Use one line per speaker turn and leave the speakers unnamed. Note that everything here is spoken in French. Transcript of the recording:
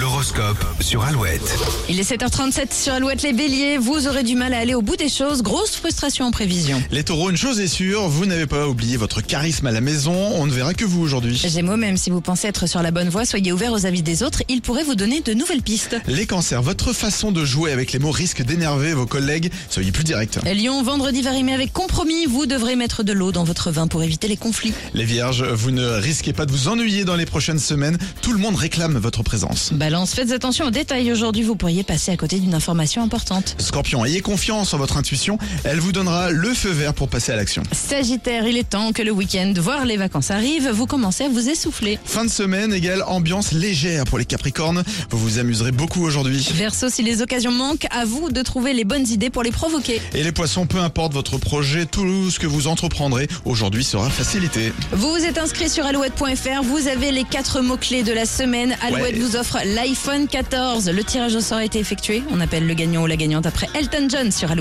Horoscope sur Alouette.
Il est 7h37 sur Alouette les Béliers. Vous aurez du mal à aller au bout des choses. Grosse frustration en prévision.
Les taureaux, une chose est sûre, vous n'avez pas oublié votre charisme à la maison, on ne verra que vous aujourd'hui.
Gémeaux, même si vous pensez être sur la bonne voie, soyez ouverts aux avis des autres. Ils pourraient vous donner de nouvelles pistes.
Les cancers, votre façon de jouer avec les mots risque d'énerver vos collègues, soyez plus direct.
Lyon, vendredi va rimer avec compromis. Vous devrez mettre de l'eau dans votre vin pour éviter les conflits.
Les vierges, vous ne risquez pas de vous ennuyer dans les prochaines semaines, tout le monde réclame votre présence.
Balance, faites attention aux détails. Aujourd'hui, vous pourriez passer à côté d'une information importante.
Scorpion, ayez confiance en votre intuition, elle vous donnera le feu vert pour passer à l'action.
Sagittaire, il est temps que le week-end, voire les vacances arrivent. Vous commencez à vous essouffler.
Fin de semaine égale ambiance légère pour les capricornes, vous vous amuserez beaucoup aujourd'hui.
Verseau, si les occasions manquent, à vous de trouver les bonnes idées pour les provoquer.
Et les poissons, peu importe votre projet, tout ce que vous entreprendrez aujourd'hui sera facilité.
Vous vous êtes inscrit sur alouette.fr, vous avez les quatre mots-clés de la semaine. Alouette
Ouais.
vous offre l'iPhone 14. Le tirage au sort a été effectué. On appelle le gagnant ou la gagnante après Elton John sur Alouette.